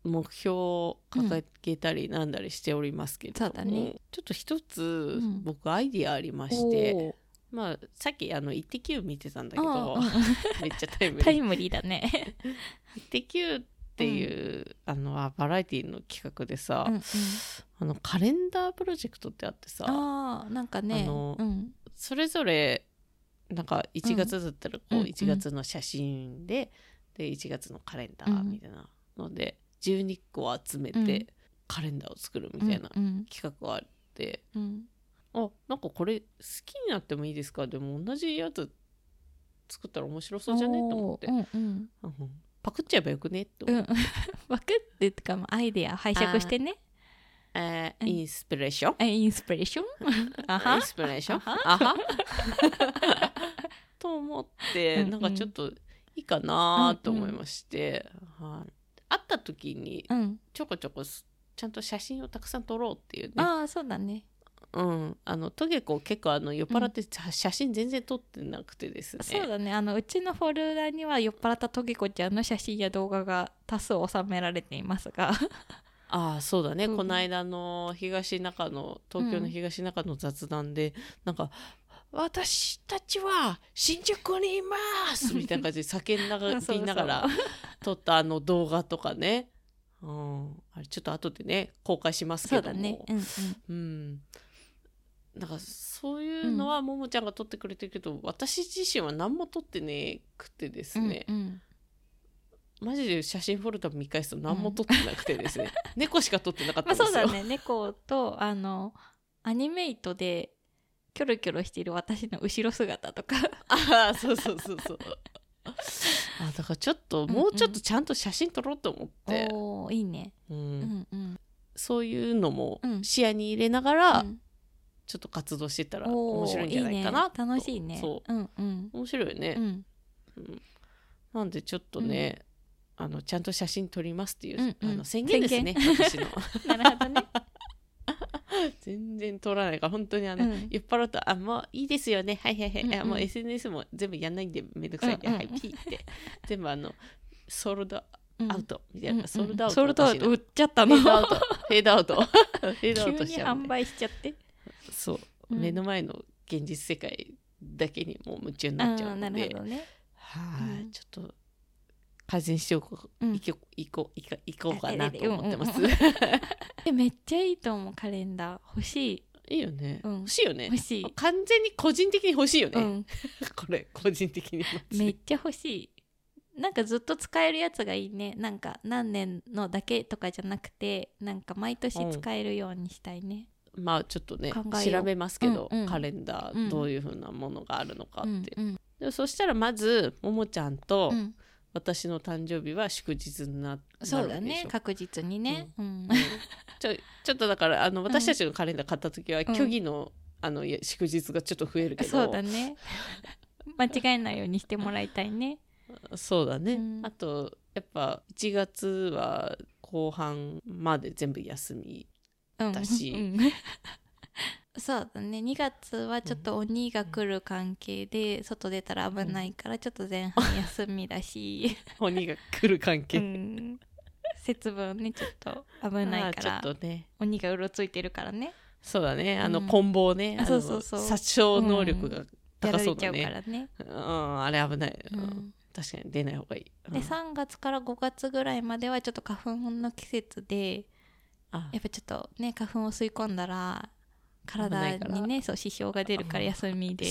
[SPEAKER 1] 目標を掲げたりなんだりしておりますけれども、
[SPEAKER 2] そうだね
[SPEAKER 1] ちょっと一つ
[SPEAKER 2] うん
[SPEAKER 1] 僕アイディアありまして、まあさっきあの「イッテ Q!」見てたんだ
[SPEAKER 2] お
[SPEAKER 1] け
[SPEAKER 2] ー
[SPEAKER 1] ど
[SPEAKER 2] うん
[SPEAKER 1] <laughs> めっちゃタイム
[SPEAKER 2] タ
[SPEAKER 1] リ
[SPEAKER 2] イ
[SPEAKER 1] ー
[SPEAKER 2] ムリーだね、
[SPEAKER 1] 「イッテ Q!」っていう、あのあバラエティの企画でさ、
[SPEAKER 2] うんうん
[SPEAKER 1] あのカレンダープロジェクトってあってさ
[SPEAKER 2] ああなんかね
[SPEAKER 1] あの
[SPEAKER 2] うん
[SPEAKER 1] それぞれなんか1月だったら
[SPEAKER 2] うん
[SPEAKER 1] こう
[SPEAKER 2] うん
[SPEAKER 1] 1月の写真で,、で1月のカレンダーみたいなので12個集め
[SPEAKER 2] うん
[SPEAKER 1] てカレンダーを作るみたいな
[SPEAKER 2] うん
[SPEAKER 1] 企画があって、
[SPEAKER 2] うんうん
[SPEAKER 1] あなんかこれ好きになってもいいですかでも同じやつ作ったら面白そうじゃねと思って、
[SPEAKER 2] おーうんうん
[SPEAKER 1] うんパクっちゃえばよくねって
[SPEAKER 2] う
[SPEAKER 1] 思
[SPEAKER 2] ん
[SPEAKER 1] っ
[SPEAKER 2] うんわかってってかまあアイデア拝借してね
[SPEAKER 1] て、え
[SPEAKER 2] うん
[SPEAKER 1] ーインスピレーション
[SPEAKER 2] えインスピレーションあ
[SPEAKER 1] イ
[SPEAKER 2] は
[SPEAKER 1] ンスピレーション
[SPEAKER 2] あは
[SPEAKER 1] あは <laughs> と思って
[SPEAKER 2] うんうん
[SPEAKER 1] なんかちょっといいかなと思いまして、はい会った時に
[SPEAKER 2] うん
[SPEAKER 1] ちょこちょこすちゃんと写真をたくさん撮ろうっていうね、
[SPEAKER 2] ああそうだね
[SPEAKER 1] うん、あのトゲ子結構あの酔っ払って写真全然撮ってなくてですね、
[SPEAKER 2] そうだねあのうちのフォルダには酔っ払ったトゲ子ちゃんの写真や動画が多数収められていますが
[SPEAKER 1] ああそうだね、
[SPEAKER 2] うん
[SPEAKER 1] この間の東中の東京
[SPEAKER 2] う
[SPEAKER 1] の
[SPEAKER 2] ん
[SPEAKER 1] 東中の雑談で、なんか「私たちは新宿にいます!」みたいな感じで叫んだが
[SPEAKER 2] <laughs> そうそう
[SPEAKER 1] 言いながら撮ったあの動画とかね、うん、あれちょっと後でね公開します
[SPEAKER 2] そ
[SPEAKER 1] け
[SPEAKER 2] う
[SPEAKER 1] ど
[SPEAKER 2] だ
[SPEAKER 1] も
[SPEAKER 2] ねうんうん
[SPEAKER 1] うん、なんかそういうのはももちゃんが撮ってくれてるけど、私自身は何も撮ってねくてですね、
[SPEAKER 2] うんうん
[SPEAKER 1] マジで写真フォルダ見返すと何も撮ってなくてです
[SPEAKER 2] <laughs>
[SPEAKER 1] ね、猫しか撮ってなかっ
[SPEAKER 2] ま
[SPEAKER 1] た
[SPEAKER 2] あ
[SPEAKER 1] んです
[SPEAKER 2] そう
[SPEAKER 1] よ。
[SPEAKER 2] だね猫とあのアニメイトでキョロキョロしている私の後ろ姿とか
[SPEAKER 1] <laughs> ああそうそうそうそうあだからちょっと
[SPEAKER 2] んうん
[SPEAKER 1] もうちょっとちゃんと写真撮ろうと思って、
[SPEAKER 2] おーいいね
[SPEAKER 1] うん
[SPEAKER 2] うんうん
[SPEAKER 1] そういうのも
[SPEAKER 2] うん
[SPEAKER 1] 視野に入れながら
[SPEAKER 2] うん
[SPEAKER 1] ちょっと活動してったら
[SPEAKER 2] おー
[SPEAKER 1] 面白いんじゃないかなと
[SPEAKER 2] ね、楽しいね、
[SPEAKER 1] そう
[SPEAKER 2] んうん
[SPEAKER 1] 面白いよね、
[SPEAKER 2] うん、
[SPEAKER 1] なんでちょっとね、あのちゃんと写真撮りますっていう、
[SPEAKER 2] うんうん
[SPEAKER 1] あの宣言ですね私の <laughs>
[SPEAKER 2] なるほどね、
[SPEAKER 1] 全然撮らないから本当にあ
[SPEAKER 2] <laughs> う
[SPEAKER 1] の、
[SPEAKER 2] ん、
[SPEAKER 1] 酔っ払うと「あもういいですよねはいはいはい、
[SPEAKER 2] うんうん
[SPEAKER 1] あもう SNS も全部やんないんでめんどくさいんで、
[SPEAKER 2] うんうん
[SPEAKER 1] はいピー」って全部あのソールド
[SPEAKER 2] うん
[SPEAKER 1] アウトみた
[SPEAKER 2] う
[SPEAKER 1] い
[SPEAKER 2] ん
[SPEAKER 1] な、
[SPEAKER 2] うん
[SPEAKER 1] ソールドアウト
[SPEAKER 2] ソールドアウト
[SPEAKER 1] 私の
[SPEAKER 2] 売っちゃった
[SPEAKER 1] フ
[SPEAKER 2] の
[SPEAKER 1] ェードアウト、フェードアウ
[SPEAKER 2] <laughs>
[SPEAKER 1] ト、フェードアウ
[SPEAKER 2] 急
[SPEAKER 1] ト
[SPEAKER 2] に
[SPEAKER 1] しちゃうん
[SPEAKER 2] 販
[SPEAKER 1] で。
[SPEAKER 2] 売しちゃって
[SPEAKER 1] そう、
[SPEAKER 2] うん
[SPEAKER 1] 目の前の現実世界だけにもう夢中に
[SPEAKER 2] あ
[SPEAKER 1] なっちゃう
[SPEAKER 2] ーな
[SPEAKER 1] の
[SPEAKER 2] る
[SPEAKER 1] で
[SPEAKER 2] ほ、どね
[SPEAKER 1] はい、
[SPEAKER 2] うん
[SPEAKER 1] ちょっと改善しておこう、
[SPEAKER 2] うん
[SPEAKER 1] 行こう行こう行こう行こうかなと思ってます、
[SPEAKER 2] うん
[SPEAKER 1] <laughs>
[SPEAKER 2] うんうんえめっちゃいいと思うカレンダー欲しい
[SPEAKER 1] いいよね、
[SPEAKER 2] うん
[SPEAKER 1] 欲しいよね
[SPEAKER 2] 欲しい、
[SPEAKER 1] 完全に個人的に欲しいよね、
[SPEAKER 2] うん、
[SPEAKER 1] これ個人的に
[SPEAKER 2] めっちゃ欲しいなんかずっと使えるやつがいいねなんか何年のだけとかじゃなくてなんか毎年使えるようにしたいね、
[SPEAKER 1] まあちょっとね
[SPEAKER 2] 考えよう
[SPEAKER 1] 調べますけど、
[SPEAKER 2] うんうん
[SPEAKER 1] カレンダ
[SPEAKER 2] うん
[SPEAKER 1] ーどういうふうなものがあるのかって、
[SPEAKER 2] うんうん
[SPEAKER 1] でそしたらまずももちゃんと
[SPEAKER 2] うん
[SPEAKER 1] 私の誕生日は祝日になな
[SPEAKER 2] そう
[SPEAKER 1] るわ
[SPEAKER 2] だ
[SPEAKER 1] けでし
[SPEAKER 2] ね
[SPEAKER 1] ょ
[SPEAKER 2] 確実にね、うん
[SPEAKER 1] うんちょちょっとだからあの私たちのカレンダー買った時は、虚偽のあのいや祝日がちょっと増えるけど
[SPEAKER 2] そうだ <laughs> ね間違えないようにしてもらいたいね
[SPEAKER 1] そうだね、
[SPEAKER 2] うん
[SPEAKER 1] あとやっぱ1月は後半まで全部休み
[SPEAKER 2] うん
[SPEAKER 1] だし
[SPEAKER 2] うん <laughs> そうだね2月はちょっと鬼が来る関係で外出たら危ないからちょっと前半休みだし、
[SPEAKER 1] 鬼が来る関
[SPEAKER 2] う
[SPEAKER 1] 係、
[SPEAKER 2] ん、節分ねちょっと危
[SPEAKER 1] ま
[SPEAKER 2] な
[SPEAKER 1] あ
[SPEAKER 2] い
[SPEAKER 1] ち
[SPEAKER 2] か
[SPEAKER 1] ょ
[SPEAKER 2] ら
[SPEAKER 1] っとね
[SPEAKER 2] 鬼がうろついてるからね
[SPEAKER 1] そうだねあの
[SPEAKER 2] うん
[SPEAKER 1] 棍棒ね、あ
[SPEAKER 2] あ
[SPEAKER 1] の
[SPEAKER 2] そうそうそう
[SPEAKER 1] 殺傷能力が
[SPEAKER 2] やら
[SPEAKER 1] 高そ
[SPEAKER 2] れ
[SPEAKER 1] う
[SPEAKER 2] ちゃ
[SPEAKER 1] だ
[SPEAKER 2] うか
[SPEAKER 1] ね、
[SPEAKER 2] らね、
[SPEAKER 1] うんあれ危ない、う
[SPEAKER 2] うんん
[SPEAKER 1] 確かに出ない方がいい、うん
[SPEAKER 2] で3月から5月ぐらいまではちょっと花粉の季節で
[SPEAKER 1] あ
[SPEAKER 2] やっぱちょっとね花粉を吸い込んだら
[SPEAKER 1] 危
[SPEAKER 2] 体
[SPEAKER 1] ない
[SPEAKER 2] に
[SPEAKER 1] か
[SPEAKER 2] ねそう支障が出るから休
[SPEAKER 1] <laughs>
[SPEAKER 2] みで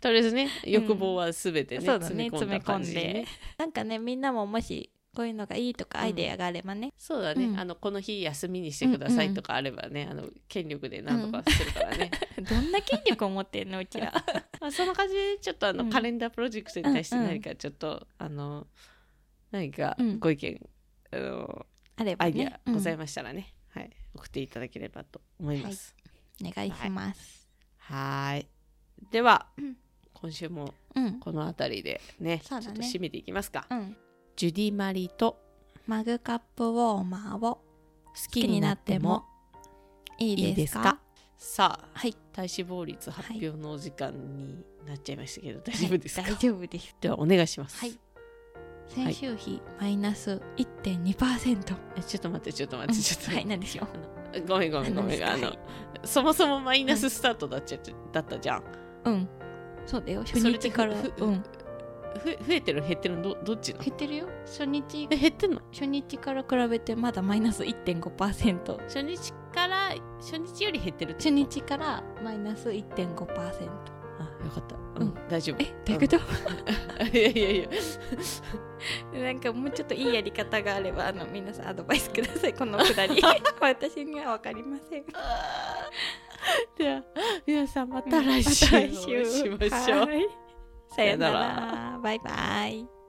[SPEAKER 1] とりあえずね欲望はすべてね、
[SPEAKER 2] そうだ
[SPEAKER 1] 詰
[SPEAKER 2] ね
[SPEAKER 1] め込ん
[SPEAKER 2] 詰め
[SPEAKER 1] だ
[SPEAKER 2] 込ん
[SPEAKER 1] 感じ
[SPEAKER 2] で、
[SPEAKER 1] にね
[SPEAKER 2] なんかねみんなももしこういうのがいいとか
[SPEAKER 1] うん
[SPEAKER 2] アイデアがあ
[SPEAKER 1] <laughs>
[SPEAKER 2] ればね、
[SPEAKER 1] そうだね、
[SPEAKER 2] うん
[SPEAKER 1] あのこの日休みにしてくださいとかあればね、あの権力で何とかするからね、
[SPEAKER 2] どんな筋力を持ってんのうちら
[SPEAKER 1] まあその感じでちょっとあの、
[SPEAKER 2] うん
[SPEAKER 1] カレンダープロジェクトに対して何かちょっと、あの何か
[SPEAKER 2] うん
[SPEAKER 1] ご意見、あの
[SPEAKER 2] <laughs> あれば
[SPEAKER 1] ア
[SPEAKER 2] ね
[SPEAKER 1] イディアござい
[SPEAKER 2] ま
[SPEAKER 1] ましたらね、はい送っていただければと思います。
[SPEAKER 2] す、お願いします、
[SPEAKER 1] はーいでは、
[SPEAKER 2] うん
[SPEAKER 1] 今週も
[SPEAKER 2] うん
[SPEAKER 1] この辺りでね
[SPEAKER 2] そう
[SPEAKER 1] ち
[SPEAKER 2] だ
[SPEAKER 1] ょっ
[SPEAKER 2] ね
[SPEAKER 1] と締めていきますか。
[SPEAKER 2] うん
[SPEAKER 1] ジュディマリと
[SPEAKER 2] マグカップウォーマーを
[SPEAKER 1] 好
[SPEAKER 2] 好きになってもいいですか
[SPEAKER 1] さあ、
[SPEAKER 2] はい
[SPEAKER 1] 体脂肪率発表のお時間になっちゃいましたけど、大丈夫ですか、
[SPEAKER 2] 大丈夫です
[SPEAKER 1] ではお願いします、
[SPEAKER 2] はい先週比マイナス1.2%
[SPEAKER 1] えちょっと待ってちょっと待ってちょっと、
[SPEAKER 2] はい何でしょう
[SPEAKER 1] ごめんごめんご
[SPEAKER 2] 何
[SPEAKER 1] め
[SPEAKER 2] です
[SPEAKER 1] ん
[SPEAKER 2] か
[SPEAKER 1] あの、
[SPEAKER 2] はい
[SPEAKER 1] そもそもマイナススタートだっちゃ、だったじゃん
[SPEAKER 2] うんそうだよ初
[SPEAKER 1] それで
[SPEAKER 2] 日から
[SPEAKER 1] ふふ
[SPEAKER 2] うん
[SPEAKER 1] ふ増えてる減ってるのどどっちなの
[SPEAKER 2] 減ってるよ初日
[SPEAKER 1] え減ってんの
[SPEAKER 2] 初日から比べてまだマイナス1.5%
[SPEAKER 1] 初日から初日より減ってるってこと
[SPEAKER 2] 初日からマイナス1.5%
[SPEAKER 1] あよかったうん、
[SPEAKER 2] う
[SPEAKER 1] 大丈夫
[SPEAKER 2] えどういうこ
[SPEAKER 1] <laughs>
[SPEAKER 2] と、
[SPEAKER 1] いやいやいや
[SPEAKER 2] なんかもうちょっといいやり方があればあの皆さんアドバイスくださいこのくだり <laughs> 私には分かりません
[SPEAKER 1] では皆さんまた来週
[SPEAKER 2] また来
[SPEAKER 1] お会
[SPEAKER 2] 週
[SPEAKER 1] いしましょう
[SPEAKER 2] はいさ
[SPEAKER 1] さよ
[SPEAKER 2] よな
[SPEAKER 1] な
[SPEAKER 2] らバイバイ